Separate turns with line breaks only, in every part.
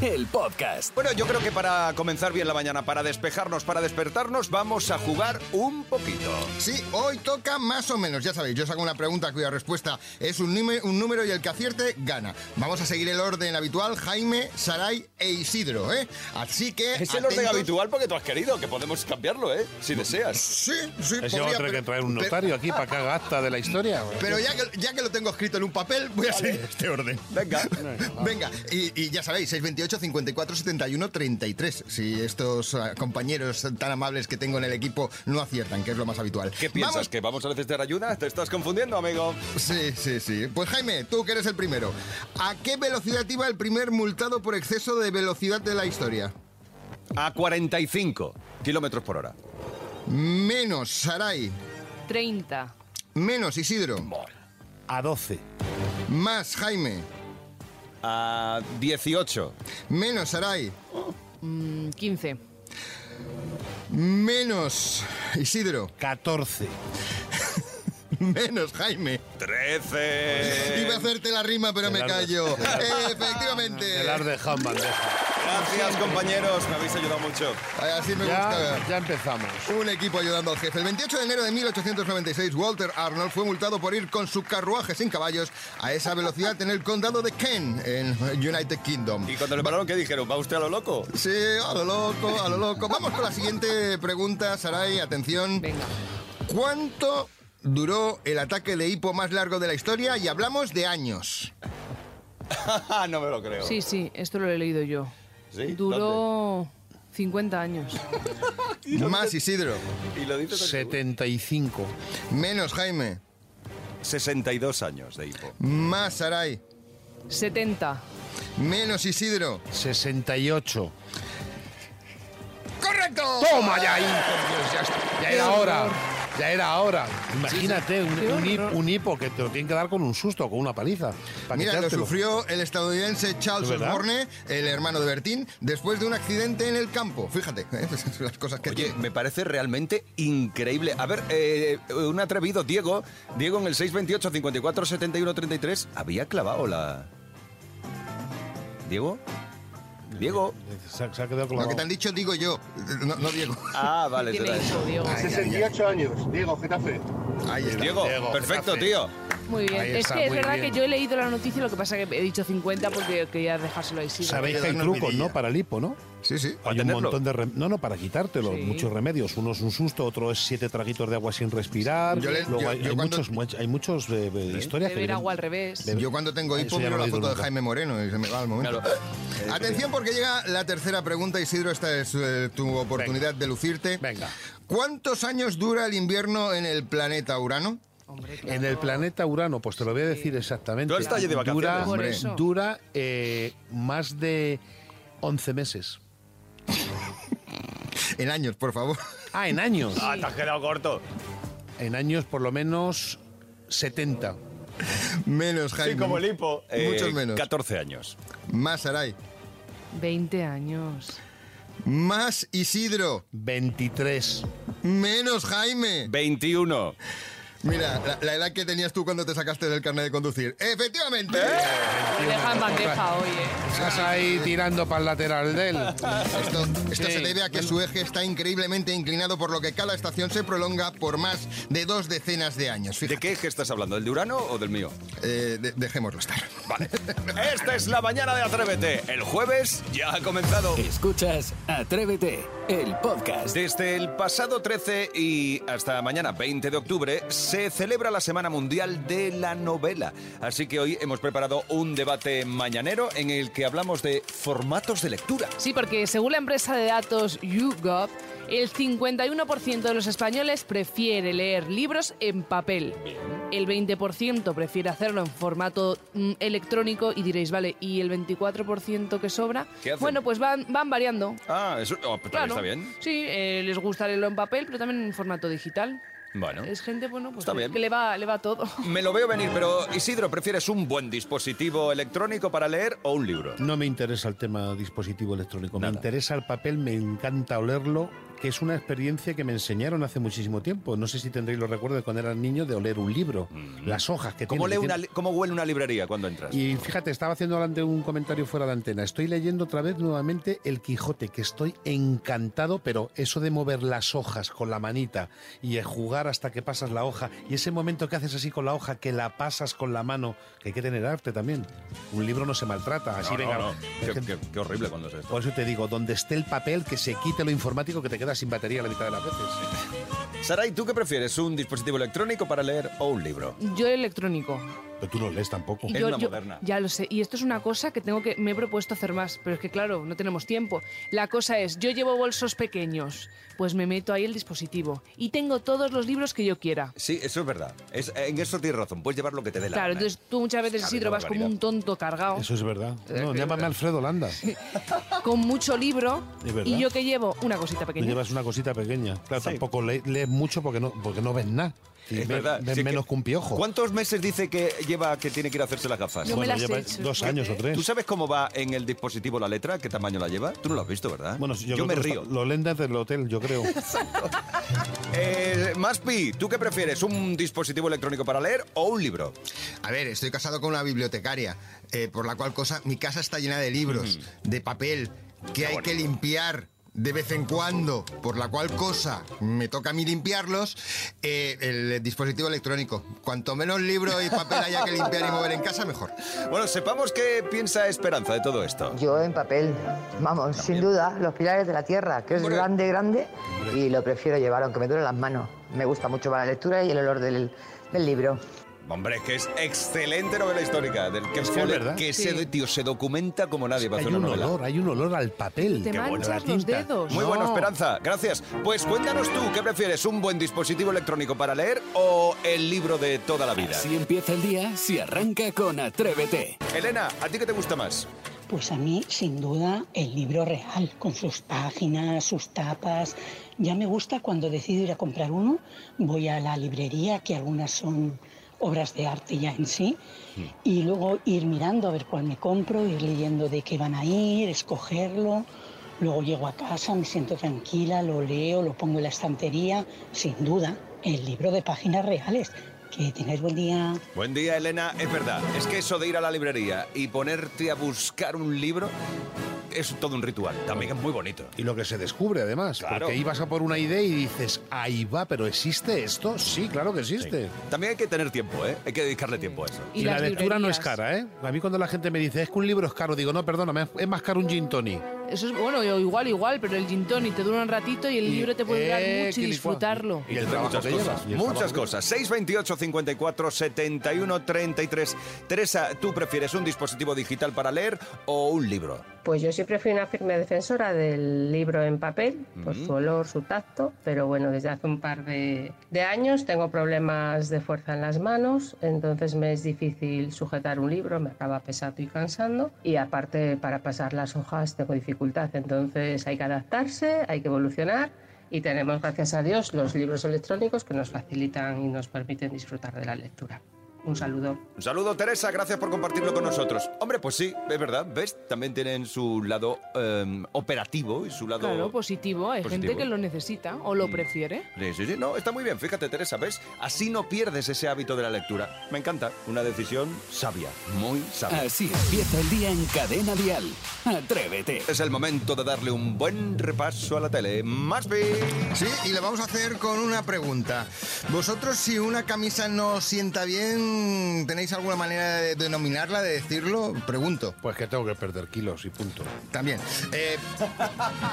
el podcast.
Bueno, yo creo que para comenzar bien la mañana, para despejarnos, para despertarnos, vamos a jugar un poquito.
Sí, hoy toca más o menos, ya sabéis, yo os hago una pregunta cuya respuesta es un, nume- un número y el que acierte gana. Vamos a seguir el orden habitual, Jaime, Saray e Isidro, ¿eh? Así que...
Es el orden
atentos.
habitual porque tú has querido, que podemos cambiarlo, ¿eh? Si deseas.
Sí, sí,
Ese
podría,
otro
pero-
que traer un
pero-
notario aquí para que haga acta de la historia. güey.
Pero ya que, ya que lo tengo escrito en un papel, voy a seguir este orden.
Venga.
Venga, y, y ya sabéis, 628 54 71 33. Si estos ah, compañeros tan amables que tengo en el equipo no aciertan, que es lo más habitual.
¿Qué piensas?
Vamos-
¿Que vamos a necesitar ayuda? Te estás confundiendo, amigo.
Sí, sí, sí. Pues Jaime, tú que eres el primero. ¿A qué velocidad iba el primer multado por exceso de velocidad de la historia?
A 45 kilómetros por hora.
Menos, Saray.
30.
Menos, Isidro.
A 12.
Más, Jaime.
A 18.
Menos, Saray.
mm, 15.
Menos, Isidro.
14.
Menos, Jaime.
13.
Iba a hacerte la rima, pero me
Gerardo.
callo. Eh, Efectivamente.
El has dejado en bandeja.
Gracias, compañeros. Me habéis ayudado mucho.
Así me gusta.
Ya, ya empezamos.
Un equipo ayudando al jefe. El 28 de enero de 1896, Walter Arnold fue multado por ir con su carruaje sin caballos a esa velocidad en el condado de Kent, en United Kingdom.
¿Y cuando le pararon qué dijeron? ¿Va usted a lo loco?
Sí, a lo loco, a lo loco. Vamos con la siguiente pregunta, Saray. Atención.
Venga.
¿Cuánto duró el ataque de hipo más largo de la historia? Y hablamos de años.
no me lo creo.
Sí, sí, esto lo he leído yo.
¿Sí?
Duró 50 años.
Más Isidro,
¿Dónde? Y lo dices tan seguro.
75.
menos Jaime,
62 años de hipo.
más Saray,
70.
menos Isidro.
68.
¡Correcto!
¡Toma ya ahí! Dios, ya, está. Ya
Qué
era
horror.
hora. Ya era hora. Imagínate un, un hip- un hipo que te lo tienen que dar con un susto, con una paliza. para
Mira, lo
quitártelo.
sufrió el estadounidense Charles
¿De verdad?
Osborne, el hermano de Bertín, después de un accidente en el campo. Fíjate, ¿eh? las cosas que
Oye,
tiene.
me parece realmente increíble. A ver, eh, un atrevido Diego, Diego en el 628 54 71 33 había clavado la Diego? Diego.
Se, se ha quedado
Lo
clavado.
que te han dicho digo yo, no, no Diego.
Ah, vale,
Tiene
será eso.
hipo, Diego.
68 años, Diego Getafe.
Ahí está.
Diego,
Diego,
perfecto,
Getafe.
tío.
Muy bien.
Ahí
es
está,
que es
muy
verdad
bien.
que yo he leído la noticia, lo que pasa que he dicho 50 porque quería dejárselo ahí. Sí,
Sabéis que hay
Darnos
trucos,
vidilla.
¿no? Para el hipo, ¿no?
Sí, sí.
Hay un
tenerlo.
montón de rem- no no para quitártelo,
Sí.
muchos remedios. Uno es un susto, otro es siete traguitos de agua sin respirar.
Yo le-
Luego
yo-
hay,
yo
hay
cuando-
muchos mu- hay muchos eh, eh, historias que
Beber
vienen-
agua al revés.
Bebe-
Yo cuando tengo
Eso
hipo
ya
miro
no lo
la
he oído
foto de
nunca.
Jaime Moreno y se me va al momento.
Claro.
Atención porque llega la tercera pregunta, Isidro, esta es eh, tu oportunidad de lucirte.
Venga.
¿Cuántos años dura el invierno en el planeta Urano?
Hombre, claro.
En el planeta Urano, pues te lo voy a decir exactamente.
Tú estás allí de vacaciones.
Dura,
Por eso.
dura, eh, más de 11 meses.
En años, por favor.
Ah, en años.
Ah, te has quedado corto.
En años por lo menos 70.
Menos Jaime.
Sí, como el hipo.
Eh, Muchos menos.
14 años.
Más Aray.
20 años.
Más Isidro.
23.
Menos Jaime.
21.
Mira, la, la edad que tenías tú cuando te sacaste del carnet de conducir. ¡Efectivamente!
Lo deja en bandeja hoy, ¿eh?
Estás ahí tirando para el lateral de él.
Esto, esto
Sí.
se debe a que su eje está increíblemente inclinado, por lo que cada estación se prolonga por más de dos decenas de años.
¿De
Fíjate,
qué eje estás hablando? ¿Del de Urano o del mío?
eh, de- dejémoslo estar.
Vale. Esta es la mañana de Atrévete. El jueves ya ha comenzado.
Escuchas Atrévete, el podcast.
Desde el pasado 13 y hasta mañana 20 de octubre se celebra la Semana Mundial de la Novela. Así que hoy hemos preparado un debate mañanero en el que hablamos de formatos de lectura.
Sí, porque según la empresa de datos YouGov, el 51% de los españoles prefiere leer libros en papel. El 20% prefiere hacerlo en formato mm, electrónico y diréis, vale, ¿y el 24% que sobra?
¿Qué hacen?
Bueno, pues van, van variando.
Ah, eso oh, pero
Claro.
está bien.
Sí, eh, les gusta leerlo en papel, pero también en formato digital.
Bueno.
Es gente, bueno, pues
Ah. Está
que-
bien.
que le va, le va todo.
Me lo veo venir, pero Isidro, ¿prefieres un buen dispositivo electrónico para leer o un libro?
No me interesa el tema dispositivo electrónico,
Nada.
me interesa el papel, me encanta olerlo, que es una experiencia que me enseñaron hace muchísimo tiempo. No sé si tendréis los recuerdos de cuando eran niño de oler un libro, las hojas que
Mm. ¿Cómo,
tiene,
lee
que
una,
tiene-
li- ¿Cómo huele una librería cuando entras?
Y fíjate, estaba haciendo delante un comentario fuera de antena. Estoy leyendo otra vez nuevamente El Quijote, que estoy encantado, pero eso de mover las hojas con la manita y eh, jugar hasta que pasas la hoja, y ese momento que haces así con la hoja, que la pasas con la mano, que hay que tener arte también. Un libro no se maltrata, así
No,
venga.
no, no.
hay
Qué,
gente-
qué- qué horrible cuando es esto.
por eso te digo, donde esté el papel, que se quite lo informático, que te quedas sin batería la mitad de las veces.
Saray, ¿tú qué prefieres? ¿Un dispositivo electrónico para leer o un libro?
Yo el electrónico.
Pero tú no lees tampoco.
Y
Pues Es una moderna.
Ya lo sé. Y esto es una cosa que tengo que me he propuesto hacer más, pero es que claro, no tenemos tiempo. La cosa es, yo llevo bolsos pequeños, pues me meto ahí el dispositivo y tengo todos los libros que yo quiera.
Sí, eso es verdad. Es, en eso tienes razón. Puedes llevar lo que te dé la
Claro,
gana. ¿eh?
entonces tú muchas veces,
Sabe
Isidro,
una
vas como
barbaridad.
un tonto cargado,
Eso es verdad. No, llámame Alfredo Landa.
con mucho libro,
Es verdad.
y yo que llevo una cosita
Tú
pequeña.
llevas una cosita pequeña. Claro,
Sí.
tampoco le- lees mucho porque no, porque no ves nada. Y
Es
ve-
verdad.
ves
sí que-
menos que un piojo.
¿Cuántos meses dice que lleva que tiene que ir a hacerse las gafas?
Yo me
Bueno,
las he
lleva
hecho,
dos
fíjate.
años o tres.
¿Tú sabes cómo va en el dispositivo la letra? ¿Qué tamaño la lleva? Tú no lo has visto, ¿verdad?
Bueno, yo, creo
me
que lo
río.
está- Lo leen desde el hotel, yo creo.
Eh, Maspi, ¿tú qué prefieres? ¿Un dispositivo electrónico para leer o un libro?
A ver, estoy casado con una bibliotecaria, eh, por la cual cosa mi casa está llena de libros, de papel, que hay que limpiar de vez en cuando, por la cual cosa me toca a mí limpiarlos, eh, el dispositivo electrónico. Cuanto menos libro y papel haya que limpiar y mover en casa, mejor.
Bueno, sepamos qué piensa Esperanza de todo esto.
Yo en papel, vamos, sin duda, los pilares de la tierra, que es
Hombre.
grande, grande, y lo prefiero llevar, aunque me duelen las manos. Me gusta mucho la lectura y el olor del, del libro.
Hombre, es que es excelente novela histórica. Del que,
Es que es verdad.
que
Sí.
se, tío, se documenta como nadie va a
hay
hacer
un
una novela.
olor, hay un olor al papel.
Te
Qué bueno.
manchas
La
los
tinta.
dedos.
Muy
No.
bueno, Esperanza. Gracias. Pues cuéntanos tú, ¿qué prefieres? ¿Un buen dispositivo electrónico para leer o el libro de toda la vida?
Si empieza el día, si arranca con Atrévete.
Elena, ¿a ti qué te gusta más?
Pues a mí, sin duda, el libro real, con sus páginas, sus tapas. Ya me gusta cuando decido ir a comprar uno, voy a la librería, que algunas son obras de arte ya en sí, y luego ir mirando a ver cuál me compro, ir leyendo de qué van a ir, escogerlo. Luego llego a casa, me siento tranquila, lo leo, lo pongo en la estantería. Sin duda, el libro de páginas reales. Que tengáis buen día.
Buen día, Elena. Es verdad, es que eso de ir a la librería y ponerte a buscar un libro es todo un ritual. También es muy bonito.
Y lo que se descubre, además.
Claro.
Porque ibas a por una idea y dices, ahí va, pero ¿existe esto? Sí, claro que existe.
También hay que tener tiempo, ¿eh? Hay que dedicarle tiempo a eso.
Y, la
las
lectura no es
librerías.
cara, ¿eh? A mí cuando la gente me dice, es que un libro es caro, digo, no, perdóname, es más caro un gin tonic.
Eso es bueno, yo igual, igual, pero el gin tonic te dura un ratito y el libro te puede durar
Eh,
mucho y
que licua.
disfrutarlo.
Y el trabajo
muchas
que
cosas.
llevas. y el
Muchas
trabajo que-
cosas. 628 54 71 33. Teresa, ¿tú prefieres un dispositivo digital para leer o un libro?
Pues yo siempre fui una firme defensora del libro en papel, por su olor, su tacto, pero bueno, desde hace un par de, de años tengo problemas de fuerza en las manos, entonces me es difícil sujetar un libro, me acaba pesado y cansando, y aparte para pasar las hojas tengo dificultad, entonces hay que adaptarse, hay que evolucionar. Y tenemos, gracias a Dios, los libros electrónicos que nos facilitan y nos permiten disfrutar de la lectura. Un saludo.
Un saludo, Teresa. Gracias por compartirlo con nosotros. Hombre, pues sí, es verdad. ¿Ves? También tienen su lado eh, operativo y su lado...
Claro, pues positivo. Hay
Positivo. Mm.
gente que lo necesita o lo prefiere.
Sí, sí, sí. No, está muy bien. Fíjate, Teresa, ¿ves? Así no pierdes ese hábito de la lectura. Me encanta. Una decisión sabia. Muy sabia.
Así empieza el día en cadena dial. Atrévete.
Es el momento de darle un buen repaso a la tele. Más bien.
Sí, y lo vamos a hacer con una pregunta. ¿Vosotros si una camisa no os sienta bien, tenéis alguna manera de denominarla, de decirlo? Pregunto.
Pues que tengo que perder kilos y punto.
También. Eh,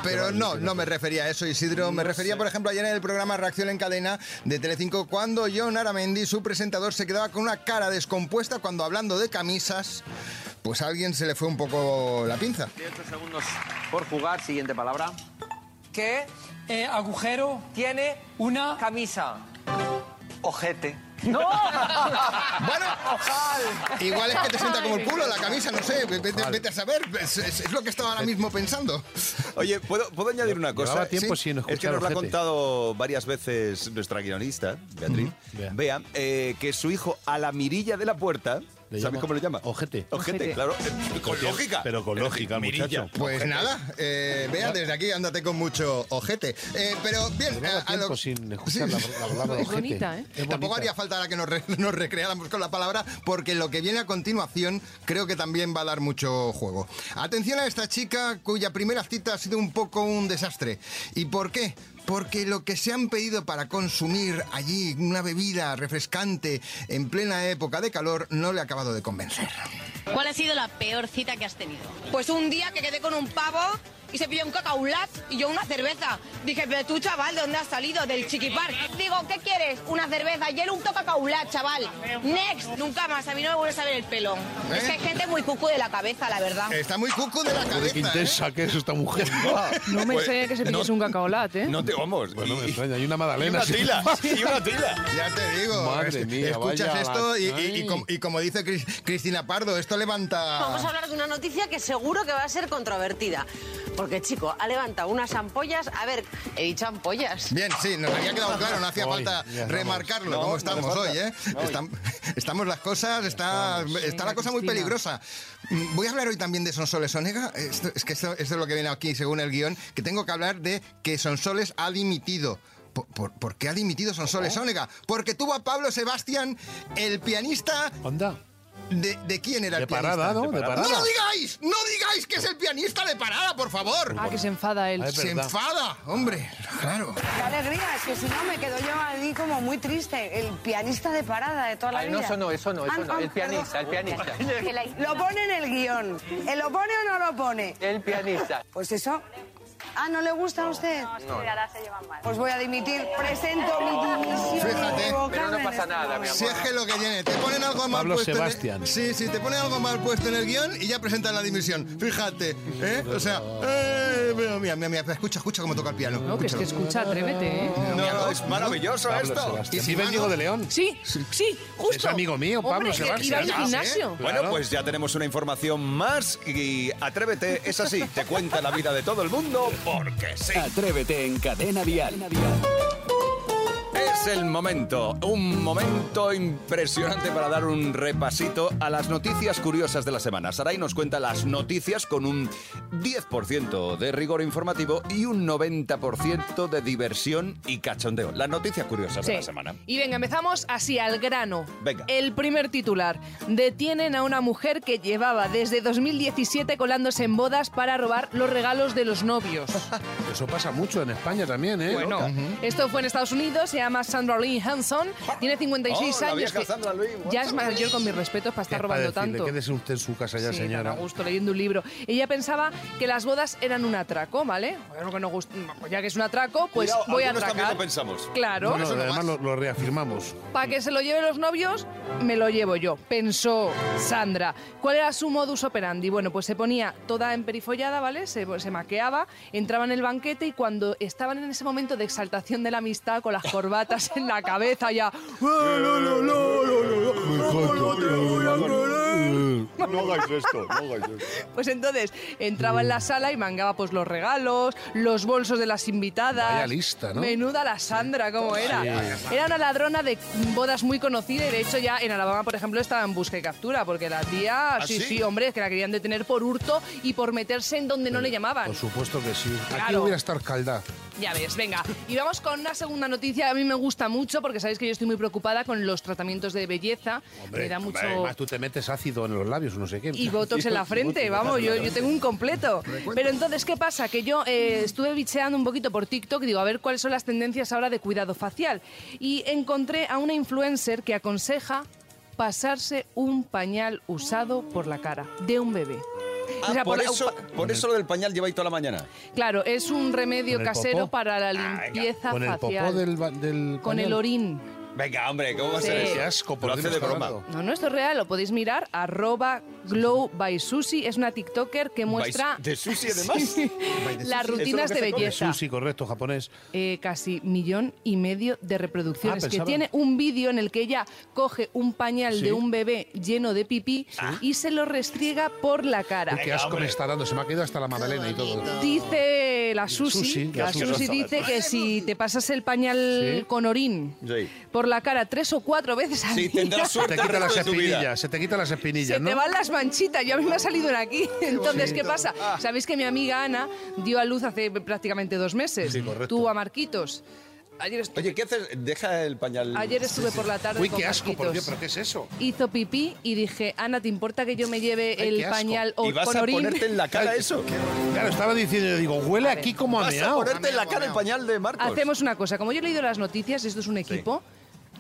pero no, no me refería a eso, Isidro. Me refería, por ejemplo, ayer en el programa Reacción en Cadena de Telecinco, cuando John Aramendi, su presentador, se quedaba con una cara descompuesta cuando hablando de camisas, pues a alguien se le fue un poco la pinza.
segundos por jugar. Siguiente palabra.
eh,
¿Qué agujero tiene una camisa? Ojete. ¡No!
bueno, igual es que te sienta como el culo la camisa, no sé, vete, vete a saber, es, es- es lo que estaba ahora mismo pensando.
Oye, ¿puedo, puedo añadir una cosa?
Llevaba tiempo
Sí.
sin
Es que
escuchar
nos lo ha
ojete.
contado varias veces nuestra guionista, Beatriz.
Bea.
Vea, eh, que su hijo a la mirilla de la puerta,
Le
¿sabes
llama
cómo le llama?
Ojete.
Ojete,
Ojete.
claro. eh, Con lógica.
Pero con lógica,
que mirilla.
muchacho.
Pues nada, eh, vea, desde aquí ándate con mucho ojete. Eh, pero bien,
Llevaba
a- a lo-
tiempo sin escuchar la, la palabra
Es
ojete.
bonita, ¿eh?
Es
Tampoco
bonita.
haría falta ahora que nos, re- nos recreáramos con la palabra, porque lo que viene a continuación creo que también va a dar mucho juego. Atención a esta chica cuya primera cita ha sido un poco un desastre. ¿Y por qué? Porque lo que se han pedido para consumir allí una bebida refrescante en plena época de calor no le ha acabado de convencer.
¿Cuál ha sido la peor cita que has tenido?
Pues un día que quedé con un pavo y se pidió un cacaulat y yo una cerveza. Dije, pero tú, chaval, ¿de dónde has salido? Del chiquipar. Digo, ¿qué quieres? Una cerveza y él un cacaulat, chaval. Next. Nunca más, a mí no me vuelves a ver el pelo.
¿Eh?
Es que hay gente muy cucu de la cabeza, la verdad.
Está muy cucu de la
Ah. Joder, qué
cabeza. ¿eh?
intensa que es esta mujer.
No me sé que se
Pues, no-
pidiese un cacaolate, ¿eh?
No te vamos.
bueno, me
y-
extraña. Hay una
y
magdalena.
una
sí.
tila. Y una tila.
Ya te digo,
Madre
es-
mía,
escuchas
vaya
esto y, y- y
ay.
com- y como dice Cris- Cristina Pardo, esto levanta...
Vamos a hablar de una noticia que seguro que va a ser controvertida. Porque, chico, ha levantado unas ampollas. A ver, he dicho ampollas.
Bien, sí, nos había quedado claro, no hacía
Hoy,
falta
ya estamos.
remarcarlo,
No,
como
no
estamos
hace falta.
hoy, ¿eh?
Hoy.
Estam- estamos las cosas, está, está la
Venga,
cosa muy
Cristina.
peligrosa. Mm, Voy a hablar hoy también de Sonsoles Onega, esto- es que esto, esto es lo que viene aquí según el guión, que tengo que hablar de que Sonsoles ha dimitido. ¿Por, por- por qué ha dimitido Sonsoles Onega? Porque tuvo a Pablo Sebastián, el pianista...
Anda.
¿De, de quién era
De
el pianista?
parada, ¿no? De parada.
¡No lo digáis! ¡No digáis que es el pianista de parada, por favor!
Ah, que se enfada él.
Ay,
Se
verdad. Ah.
enfada, hombre, claro.
Qué alegría, es que si no me quedo yo ahí como muy triste. El pianista de parada de toda la
Ay,
vida.
no, eso no, eso no, eso
Ah,
no.
ah,
El pianista, el pianista.
Lo pone en el guión. ¿Eh, ¿Lo pone o no lo pone?
El pianista.
Pues eso. Ah, ¿no le gusta a usted? Pues voy a dimitir. Presento mi dimisión.
Fíjate.
irrevocable
Pero no pasa
en este
nada, mi
momento.
amor.
Si es que lo que tiene, te ponen algo mal
Pablo
puesto. en el-
Sebastián.
sí, sí, te ponen algo mal puesto en el guión y ya presentan la dimisión. Fíjate, ¿eh? O sea, eh, mira, mira, mira, mira, escucha, escucha cómo toca el piano.
No, que es que
escúchalo.
escucha, atrévete, ¿eh?
No, no, es maravilloso
Pablo
esto.
Sebastián.
¿Y
Y
si
Bendigo
mano?
de León.
Sí, sí, justo.
Es amigo mío, Pablo
Hombre, que
Sebastián.
Iba al
ya sé.
gimnasio.
Bueno,
Claro.
pues ya tenemos una información más y atrévete, es así, te cuenta la vida de todo el mundo porque sí.
Atrévete en Cadena Dial.
Es el momento, un momento impresionante para dar un repasito a las noticias curiosas de la semana. Saray nos cuenta las noticias con un 10% de rigor informativo y un 90% de diversión y cachondeo. Las noticias curiosas de la
Sí.
semana.
Y venga, empezamos así, al grano.
Venga.
El primer titular. Detienen a una mujer que llevaba desde 2017 colándose en bodas para robar los regalos de los novios.
Eso pasa mucho en España también, ¿eh?
Bueno, esto fue en Estados Unidos, se llama Sandra Lee Hanson, tiene 56
Oh, la
años.
vieja
que
Sandra Lee,
ya es mayor con mis respetos para
¿Qué
estar
es
robando
para decirle?
tanto.
Quédese usted en su casa ya,
Sí, tan
señora.
a gusto leyendo un libro. Ella pensaba que las bodas eran un atraco, ¿vale? Bueno, que no gust- ya que es un atraco, pues
Cuidado,
voy a
algunos también
atracar.
lo pensamos.
Claro.
No, no, además lo, lo reafirmamos.
Para que se lo lleven los novios, me lo llevo yo, pensó Sandra. ¿Cuál era su modus operandi? Bueno, pues se ponía toda emperifollada, ¿vale? Se, se maqueaba, entraba en el banquete y cuando estaban en ese momento de exaltación de la amistad, con las corbatas en la cabeza, ya. "Ah, lo, lo, lo, lo, lo, lo, lo te voy a querer". Pues entonces entraba en
Mm.
la sala y mangaba pues los regalos, los bolsos de las invitadas.
Vaya lista, ¿no?
Menuda la Sandra, como era. Era una ladrona de bodas muy conocida y de hecho ya en Alabama, por ejemplo, estaba en busca y captura porque la tía,
¿Ah,
sí,
sí?
sí, hombre, es que la querían detener por hurto y por meterse en donde no le llamaban.
Por supuesto que sí. Aquí
Claro.
voy a estar caldá.
Ya ves, venga. Y vamos con una segunda noticia. A mí me gusta mucho porque sabéis que yo estoy muy preocupada con los tratamientos de belleza. me da mucho...
Además, tú te metes ácido en los labios, no sé qué.
y botox en la frente, vamos, yo, yo tengo un completo. Pero entonces, ¿qué pasa? Que yo eh, estuve bicheando un poquito por TikTok, digo, a ver cuáles son las tendencias ahora de cuidado facial. Y encontré a una influencer que aconseja pasarse un pañal usado por la cara de un bebé. O sea,
Ah, por,
por la-
eso, por eso lo del pañal lleváis toda la mañana.
Claro, es un remedio
¿Con el
casero
popó?
para la limpieza
Con el popó
facial.
del, ba- del
Con
pañal.
el orín.
Venga, hombre, ¿cómo va a ser
Sí.
eso?
Qué
asco, por
Lo hace
Dios,
de
está
broma.
hablando.
No, no, esto es real, lo podéis mirar, arroba glow by Susi, es una TikToker que muestra...
By- de Susi,
Sí,
además.
sí. Las rutinas de belleza.
Sí, correcto, japonés.
Eh, casi millón y medio de reproducciones,
Ah,
que
pensaba-
tiene un vídeo en el que ella coge un pañal
Sí. Ah.
de un bebé lleno de pipí y se lo restriega por la cara.
Qué asco me está dando, se me ha caído hasta la magdalena y todo.
Dice la Susi,
Susi,
la
la Susi.
Susi dice que si te pasas el pañal
Sí.
con orín por la cara tres o cuatro veces al día,
Se te quita las espinillas, se te quitan las
se
espinillas,
te
¿no?
van las manchitas. Yo a mí me ha salido una aquí.
bonito.
Entonces,
Ah.
¿qué pasa? Sabéis que mi amiga Ana dio a luz hace prácticamente dos meses.
Sí, correcto.
Tuvo a Marquitos. Ayer estuve,
Oye, ¿qué haces? Deja el pañal.
ayer estuve por la tarde
Uy,
con
qué asco, por
Marquitos.
Dios, pero ¿qué es eso?
Hizo pipí y dije, Ana, ¿te importa que yo me lleve
Ay,
el
qué asco.
pañal o- con orín?
Ay, Claro, estaba diciendo, yo digo, huele aquí como a meao.
pañal de Marcos.
Hacemos una cosa. Como yo he leído las noticias, esto es un equipo.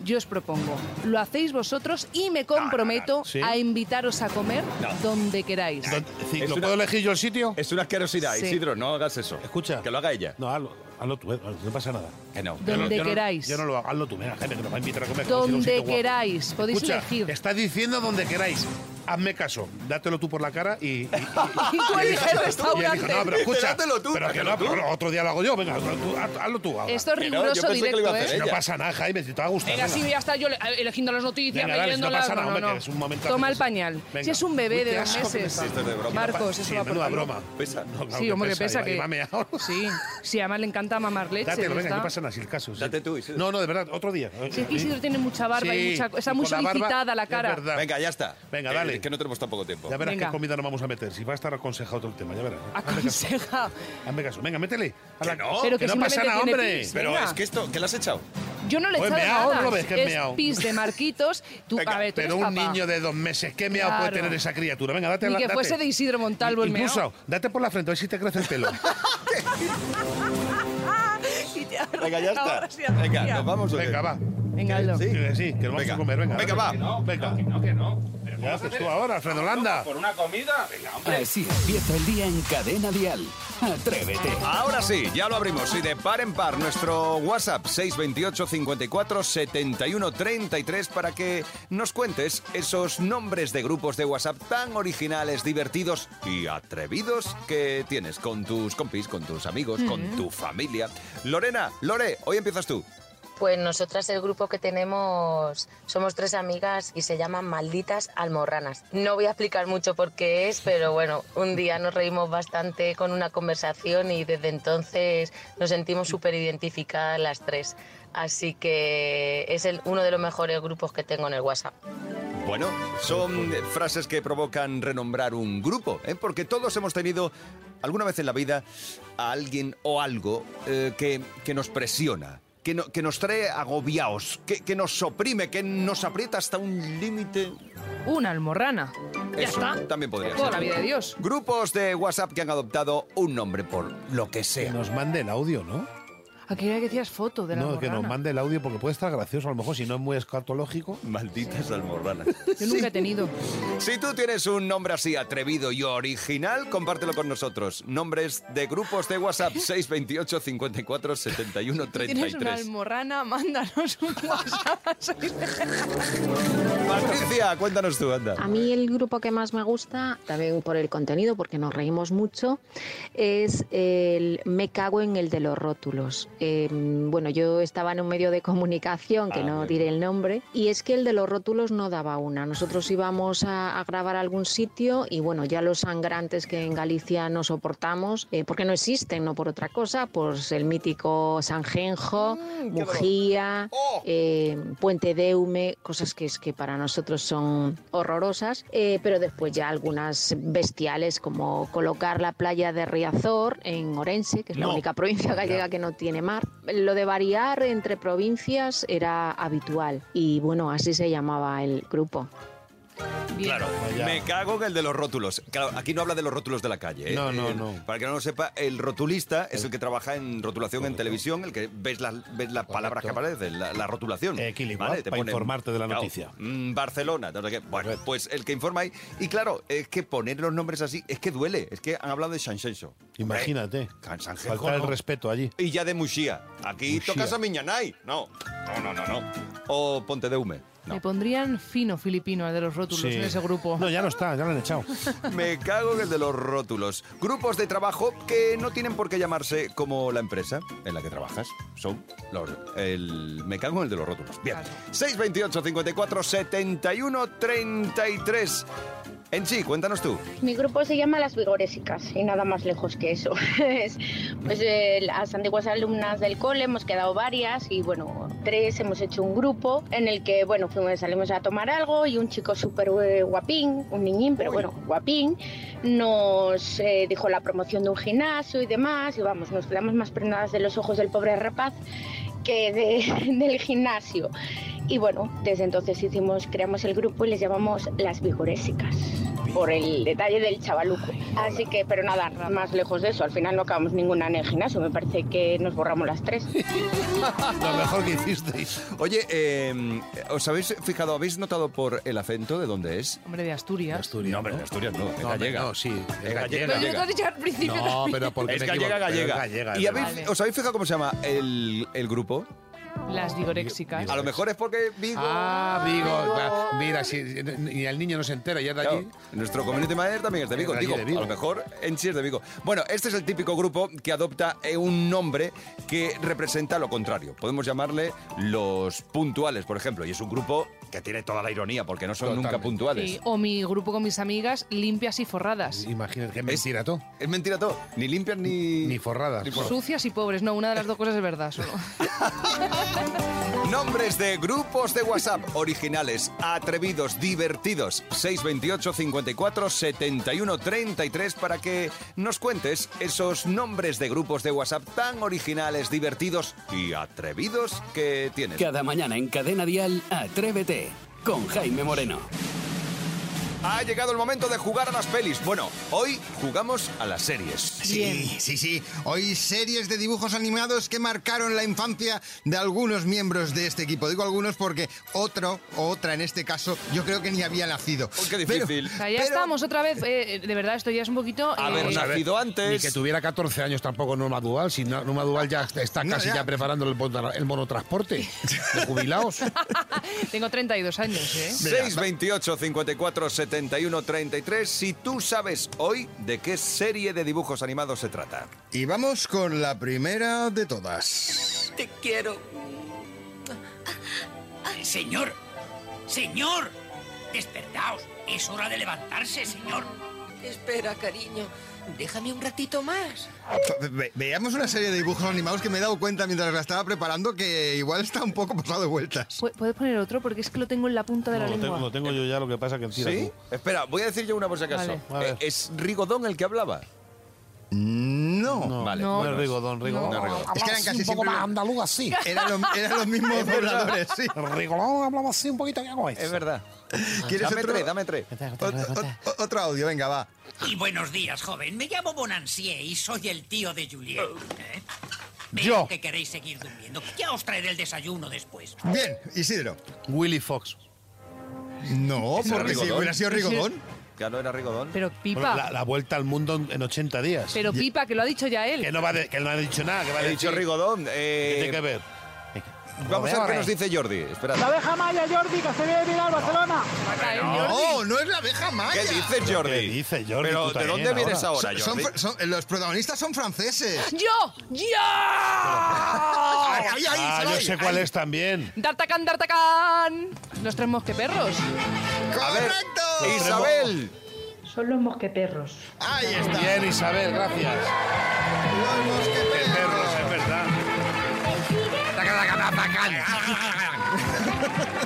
Yo os propongo, lo hacéis vosotros y me comprometo
¿Sí?
a invitaros a comer
No.
donde queráis.
Sí, ¿Lo puedo elegir yo el sitio?
Es una asquerosidad,
Sí.
Isidro, no hagas eso. Escucha. Que lo haga ella.
No, hazlo, hazlo tú, eh, no pasa nada.
Que no.
Donde
Yo no- yo no-
queráis.
Yo no lo hago, hazlo tú, mira, gente que nos va a invitar a comer. como si era un
Donde
sitio guapo.
queráis, podéis
Escucha,
elegir.
Está diciendo donde queráis. Hazme caso, dátelo tú por la cara y. Y,
Y tú eliges el
y- y-
restaurante.
No, pero
Dice,
escucha.
"Dátelo tú,
Pero que no,
dátelo tú".
pero otro día lo hago yo, venga, tú, haz- hazlo tú. ahora.
Esto es Que no, yo riguroso pensé que lo iba a directo, hacer ¿eh?
No
ella.
pasa nada, Jaime, si te va a gustar.
Venga,
venga.
sí, ya está yo le- eligiendo las noticias,
Venga, dale, si no
leyéndolas.
pasa nada, hombre, que es un momentazo
Toma
que
el
se-
pañal.
Venga.
Si es un bebé
Uy,
de
qué
dos
asco que me
meses.
está dando. Esto es de broma.
Marcos,
Sí,
eso va por
menuda
algo.
broma. Pesa.
Sí, hombre, que pesa que.
Iba, meao.
Sí, sí, además le encanta mamar leche.
Dátelo,
ya
venga, no
está.
pasa nada, si el caso. Date tú, No, no, de verdad, otro día.
Si es que Isidro tiene mucha barba y mucha, está muy solicitada la, cara.
Venga, ya está.
Venga,
Eh,
dale.
que no tenemos tampoco tiempo.
Ya verás
Venga.
qué comida nos vamos a meter. Si va a estar aconsejado todo el tema, ya verás.
Aconseja.
Hazme caso. Venga, métele. A la-
No,
Pero que
no pasa
simplemente
nada,
tiene
hombre.
pis, Pero venga. es que
esto, ¿qué le has echado?
Yo no le he
Pues
echado
meao,
nada.
no lo ves que es
es
meao.
pis de Marquitos. Tú,
Venga,
a ver, tú
pero un
eres papá.
niño de dos meses, ¿qué meao
Claro.
puede tener esa criatura? Venga, date
Ni
la
que
date.
fuese de Isidro Montalvo el meao.
Incluso, date por la frente, a ver si te crece el pelo.
Venga, ya está.
Ahora sí, ahora
Venga,
sí.
nos vamos.
Venga, va.
Venga, Aldo.
Sí, que sí, que lo vamos a comer. Venga,
Venga,
dale.
va.
Venga.
No, que no.
¿Qué haces tú ahora, Alfredo Landa?
¿Por una comida? Venga,
Así empieza el día en Cadena Dial. Atrévete.
Ahora sí, ya lo abrimos. Y de par en par, nuestro WhatsApp 628 54 71 33 para que nos cuentes esos nombres de grupos de WhatsApp tan originales, divertidos y atrevidos que tienes con tus compis, con tus amigos, con
Ujú.
tu familia. Lorena, Lore, hoy empiezas tú.
Pues nosotras el grupo que tenemos somos tres amigas y se llaman Malditas Almorranas. No voy a explicar mucho por qué es, pero bueno, un día nos reímos bastante con una conversación y desde entonces nos sentimos súper identificadas las tres. Así que es el- uno de los mejores grupos que tengo en el WhatsApp.
Bueno, son eh, frases que provocan renombrar un grupo, ¿eh? porque todos hemos tenido alguna vez en la vida a alguien o algo eh, que, que nos presiona, que, no- que nos trae agobiados, que, que nos oprime, que nos aprieta hasta un límite.
Una almorrana. Ya
Eso
está.
también podría
Toda
ser.
la vida de Dios.
Grupos de WhatsApp que han adoptado un nombre por lo que sea.
Que nos mande el audio, ¿no?
Aquí era que decías foto de la
No, que nos
almorrana.
mande el audio porque puede estar gracioso, a lo mejor si no es muy escatológico.
Malditas almorranas.
Yo nunca he tenido.
Si tú tienes un nombre así atrevido y original, compártelo con nosotros. Nombres de grupos de WhatsApp 628 54 71
Tienes una
33.
almorrana, mándanos un WhatsApp.
Patricia, cuéntanos tú, anda.
A mí el grupo que más me gusta, también por el contenido, porque nos reímos mucho, eh, es el Me cago en el de los rótulos. Eh, bueno, yo estaba en un medio de comunicación, que no diré el nombre, y es que el de los rótulos no daba una. Nosotros íbamos a, a grabar a algún sitio y bueno, ya los sangrantes que en Galicia no soportamos, eh, porque no existen, no por otra cosa, pues el mítico Sanjenjo, Mujía, eh, Puente Deume, cosas que es que para nosotros son horrorosas, eh, pero después ya algunas bestiales como colocar la playa de Riazor en Orense, que es
No.
la única provincia gallega que no tiene mar. Lo de variar entre provincias era habitual y bueno, así se llamaba el grupo.
Claro, me cago en el de los rótulos. Claro, aquí no habla de los rótulos de la calle. ¿eh?
No, no,
El-
no.
Para que no lo sepa, el rotulista es el que trabaja en rotulación en televisión, el que ves las ves las palabras que aparecen, la, la rotulación.
Equilibrio,
¿vale? Te
para
ponen,
informarte de la
claro,
noticia.
mm, Barcelona. no sé qué. Bueno, pues el que informa ahí. Y claro, es que poner los nombres así es que duele. Es que han hablado de Sanxenxo.
Imagínate.
San
Faltar el respeto allí.
Y ya de Muxía. Aquí
Muxía.
tocas a Miñanay. No, no, no, no. no. O Ponte de Hume. No.
Le pondrían fino filipino al de los rótulos
Sí.
en ese grupo.
No, ya no está, ya lo han echado.
Me cago en el de los rótulos. Grupos de trabajo que no tienen por qué llamarse como la empresa en la que trabajas. Son los... El, me cago en el de los rótulos. Bien. 628 54 71 33. En sí, cuéntanos tú.
Mi grupo se llama Las Vigorésicas y nada más lejos que eso. Es, pues eh, las antiguas alumnas del cole hemos quedado varias y bueno, tres hemos hecho un grupo en el que bueno, fuimos, salimos a tomar algo y un chico súper eh, guapín, un niñín, pero bueno, guapín, nos eh, dijo la promoción de un gimnasio y demás y vamos, nos quedamos más prendadas de los ojos del pobre rapaz que de- del gimnasio. Y bueno, desde entonces hicimos, creamos el grupo y les llamamos Las Vigorésicas, por el detalle del chavaluco. Así que, pero nada, más lejos de eso, al final no acabamos ninguna en el gimnasio, me parece que nos borramos las tres.
Lo mejor que hicisteis. Oye, eh, ¿os habéis fijado, habéis notado por el acento de dónde es?
Hombre, de Asturias.
Asturias. No, hombre, de Asturias no, es
No, hombre,
gallega.
no, sí, es
es gallega.
gallega. Pero yo
Lo has dicho al principio también.
es gallega, gallega. ¿Y habéis- os habéis fijado cómo se llama el, el grupo?
Las vigorexicas.
A lo mejor es porque Vigo.
Ah, Vigo. va, Mira, si ni el niño no se entera, ya de allí.
Nuestro community manager también es de Vigo.
Es de allí,
Digo,
de Vigo.
a lo mejor en sí es de Vigo. Bueno, este es el típico grupo que adopta eh, un nombre que representa lo contrario. Podemos llamarle los puntuales, por ejemplo. Y es un grupo que tiene toda la ironía porque no son nunca puntuales.
Sí, o mi grupo con mis amigas, limpias y forradas.
pues, Imagínate que mentira todo.
Es mentira todo. Ni limpias ni.
Ni forradas.
Sucias y pobres. No, una de las dos cosas es verdad solo.
Nombres de grupos de WhatsApp originales, atrevidos, divertidos. 628 54 71 33 para que nos cuentes esos nombres de grupos de WhatsApp tan originales, divertidos y atrevidos que tienes.
Cada mañana en Cadena Dial, Atrévete con Jaime Moreno.
Ha llegado el momento de jugar a las pelis. Bueno, hoy jugamos a las series.
Sí, sí, sí. Hoy series de dibujos animados que marcaron la infancia de algunos miembros de este equipo. Digo algunos porque otro o otra en este caso yo creo que ni había nacido.
Oh, qué
O sea, ya estamos otra vez. eh, de verdad, esto ya es un poquito. eh,
antes.
Ni que tuviera 14 años tampoco Norma Dual. Si no- Norma Dual ya está está
No,
casi
ya.
ya, preparando el, bon- el monotransporte de jubilados.
Tengo 32 años, ¿eh?
628 54 71 33 si tú sabes hoy de qué serie de dibujos animados se trata.
Y vamos con la primera de todas.
Te quiero. Eh, Señor, señor, despertaos. Es hora de levantarse, señor.
Espera, cariño. Déjame un ratito más.
Ve- veíamos una serie de dibujos animados que me he dado cuenta mientras la estaba preparando que igual está un poco pasado de vueltas.
Pu- ¿Puedes poner otro? Porque es que lo tengo en la punta de la lengua.
yo ya, lo que pasa que encima
¿Sí? Espera, voy a decir yo una por si acaso.
Vale. A ver.
Eh, ¿Es Rigodón el que hablaba?
No.
Vale,
no
bueno,
es Rigodón, Rigodón.
No, Rigodón.
Es que eran casi un poco
siempre-
más andaluz así.
Era lo- eran los mismos
Es verdad.
dobladores, sí.
Rigolón hablaba así un poquito que hago
Es verdad.
¿Quieres
dame
otro?
tres, dame tres.
O- Otro audio, venga, va.
Y buenos días, joven. Me llamo Bonancier y soy el tío de Juliet. ¿Eh? Veo
Yo.
que queréis seguir durmiendo. Ya os traeré el desayuno después.
Bien, Isidro.
Willy Fox.
No,
¿Ese era
porque si
Rigodón?
hubiera sido Rigodón.
Ya no era Rigodón.
Pero Pipa.
Bueno, la, la vuelta al mundo en, en 80 días.
Pero
Y-
Pipa, que lo ha dicho ya él.
que no va de- que él no ha dicho nada, que va a
He dicho
decir-
Rigodón. eh,
que tiene que ver.
Vamos a ver
Joder.
qué nos dice Jordi. Espera.
La abeja maya, Jordi, que se viene bien al Barcelona.
No, Oh, no es la abeja maya.
¿Qué dices, Jordi?
¿Qué dice Jordi?
Pero,
tú
¿de
también
dónde vienes ahora,
Son- son
Jordi?
fr- son- los protagonistas son franceses.
¡Yo! ¡Yo!
Ahí, ahí,
Ah,
solo
yo
ahí,
sé cuál es también.
¡D'Artacán, D'Artacán! Los tres mosqueperros.
¡Correcto!
Isabel.
Son los mosqueperros.
Ahí está.
Bien, Isabel, gracias.
Los mosqueteros,
es verdad.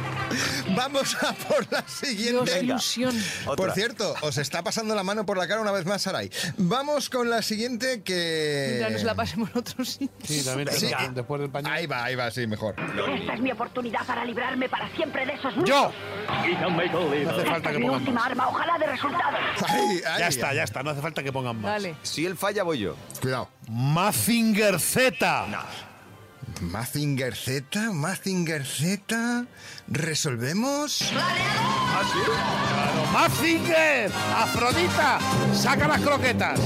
Vamos a por la siguiente.
Dios, qué ilusión.
Por
Otra.
cierto, os está pasando la mano por la cara una vez más, Saray. Vamos con la siguiente que.
Mira, nos la pasemos en otro sitio.
Sí, también
Sí,
pero
eh,
después del pañuelo.
Ahí va, ahí va, sí, mejor.
Esta es mi oportunidad para librarme para siempre de esos
¡Yo!
No
No hace falta que pongan
última
más.
arma, ojalá de resultado.
Ya está, ya está, no hace falta que pongan más.
Dale.
Si él falla, voy yo.
Cuidado.
Mazinger Z.
Mazinger Z, Mazinger Z. ¿Resolvemos?
Ah, Claro, Mazinger, Afrodita, saca las croquetas.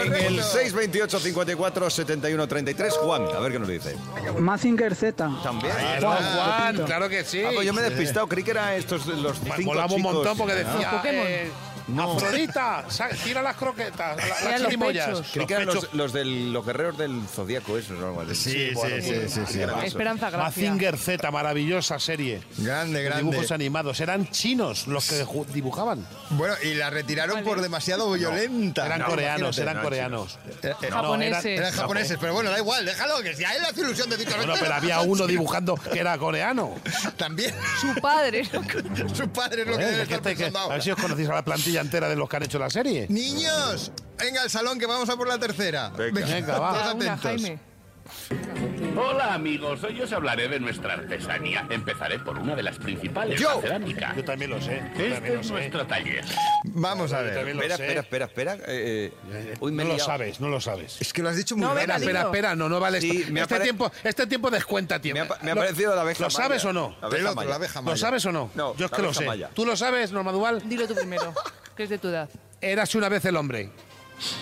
En el 628 54 71 33, Juan, a ver qué nos dice.
Mazinger Z.
También.
Juan, Juan, claro que sí.
Ah, pues yo me he despistado, creí que eran estos los cinco
Volaba un
chicos.
montón porque
Ah.
decía. eh,
No.
Afrodita, sa- tira las croquetas, la- las
Eran los
chirimoyas.
pechos. Creí que eran los, los del- los guerreros del zodíaco, eso, ¿no? Algo así.
Sí,
bueno,
sí,
bueno,
sí,
creí que eran eso.
Mazinger Z, maravillosa serie.
Grande,
De
grande.
Dibujos animados. Eran chinos los que ju- dibujaban.
Bueno, y la retiraron por demasiado violenta.
Eran coreanos,
imagínate.
eran
No,
coreanos.
chinos. Eh, eh,
No, Japoneses.
eran- Eran japoneses, pero bueno, da igual, déjalo, que si a él le hace ilusión decir que
Bueno, pero había uno dibujando que era coreano.
También.
Su padre.
Su padre es lo que
Joder,
debe
es que
estar
te- Eh, que-
pensando
a
ahora.
ver si os conocéis a la plantilla entera de los que han hecho la serie.
Niños, venga al salón que vamos a por la tercera.
Venga. Venga, va.
Todos
Ah, una,
atentos.
Jaime.
Hola amigos, hoy os hablaré de nuestra artesanía. Empezaré por una de las principales,
Yo.
la cerámica. Yo
también lo sé.
Este es nuestro taller.
Vamos a ver.
Espera, espera, espera, espera. eh, eh, uy, me he
no lo
liado.
sabes, no lo sabes.
Es que lo has dicho
muy
no,
rápido.
Espera, espera, espera, no, no vale.
Sí,
esto.
me ha
este,
pare-
tiempo, este tiempo descuenta tiempo.
Me ha- me ha
Lo-
parecido la abeja
¿Lo sabes
maya.
o no?
La abeja El otro, maya. la abeja
¿Lo
maya.
sabes o no?
No,
Yo es
la
que lo
abeja
sé.
maya.
¿Tú lo sabes, Norma Duval?
Dilo tú primero, que es de tu edad.
Érase una vez el hombre.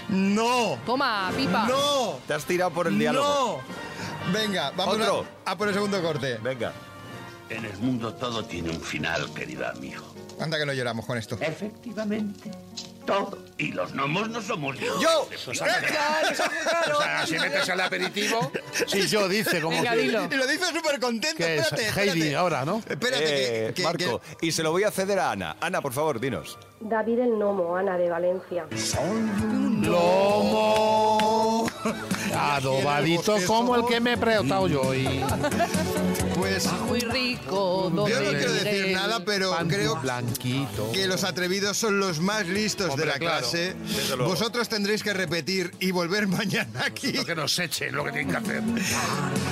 ¡No!
Toma, pipa.
¡No!
Te has tirado por el diálogo.
¡No! Venga, vamos a-
Otro.
A, por el segundo corte.
Venga.
En el mundo todo tiene un final, querido amigo.
Anda que no lloramos con esto.
Efectivamente. Todo. Y los gnomos no somos dioses.
¡Yo!
O sea, si metes al aperitivo. Si yo dice, como.
Venga,
que-
dilo. Y lo dice súper contento.
Que es
Espérate, espérate.
Heidi ahora, ¿no?
Eh, Marco, y se lo voy a ceder a Ana. Ana, por favor, dinos.
David el Nomo, Ana de Valencia.
Lomo. Adobadito como el que me he preguntado yo. Y...
Pues.
Muy rico.
Yo no
donde
quiero decir
llegué.
nada, pero creo
blanquito.
que los atrevidos son los más listos
Hombre,
de la
claro,
clase.
desde luego.
Vosotros tendréis que repetir y volver mañana aquí.
Lo que nos echen, lo que tienen que hacer.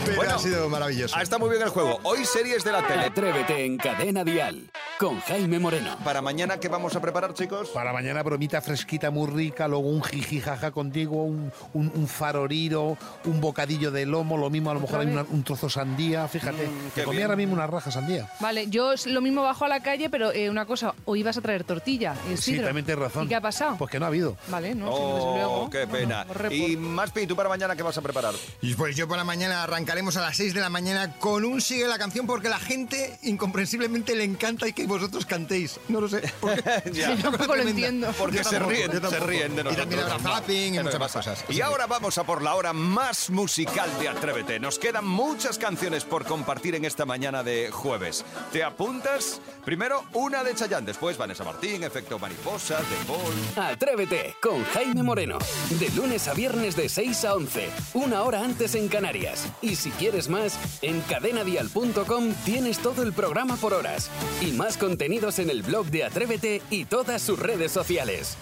Pero ha sido maravilloso.
Ah, está muy bien el juego. Hoy series de la tele.
Atrévete en Cadena Dial con Jaime Moreno.
Para mañana, ¿qué vamos a preparar, chicos?
Para mañana bromita fresquita muy rica, luego un jijijaja contigo, un, un, un faroriro, un bocadillo de lomo, lo mismo a lo mejor hay una- un trozo sandía, fíjate.
qué
Mm,
que comí
bien.
ahora mismo una raja sandía.
Vale, yo es lo mismo bajo a la calle, pero eh, una cosa, hoy ibas a traer tortilla, eh,
Sí,
Sidro.
también tienes razón.
¿Y qué ha pasado?
Pues que no ha habido.
Vale, no, sí, desde
Oh,
luego.
qué pena.
corre por-
Y Maspi, ¿tú para mañana qué vas a preparar?
Y pues yo por la mañana arrancaremos a las 6 de la mañana con un sigue la canción porque la gente incomprensiblemente le encanta y que vosotros cantéis. No lo sé. por qué.
Ya.
Una cosa
Tampoco lo
tremenda.
entiendo. Porque
Yo
se
tampoco,
ríen,
yo
se
tampoco.
ríen de
Y también
nosotros.
habrá zapping y
Es lo que
muchas más
pasa.
cosas.
Y ahora vamos a por la hora más musical de Atrévete. Nos quedan muchas canciones por compartir en esta mañana de jueves. ¿Te apuntas? Primero una de Chayanne, después Vanessa Martín, Efecto Mariposa, The Paul...
Atrévete con Jaime Moreno. De lunes a viernes de 6 a 11, una hora antes en Canarias. Y si quieres más, en cadenadial.com tienes todo el programa por horas. Y más contenidos en el blog de Atrévete y todas sus redes sociales.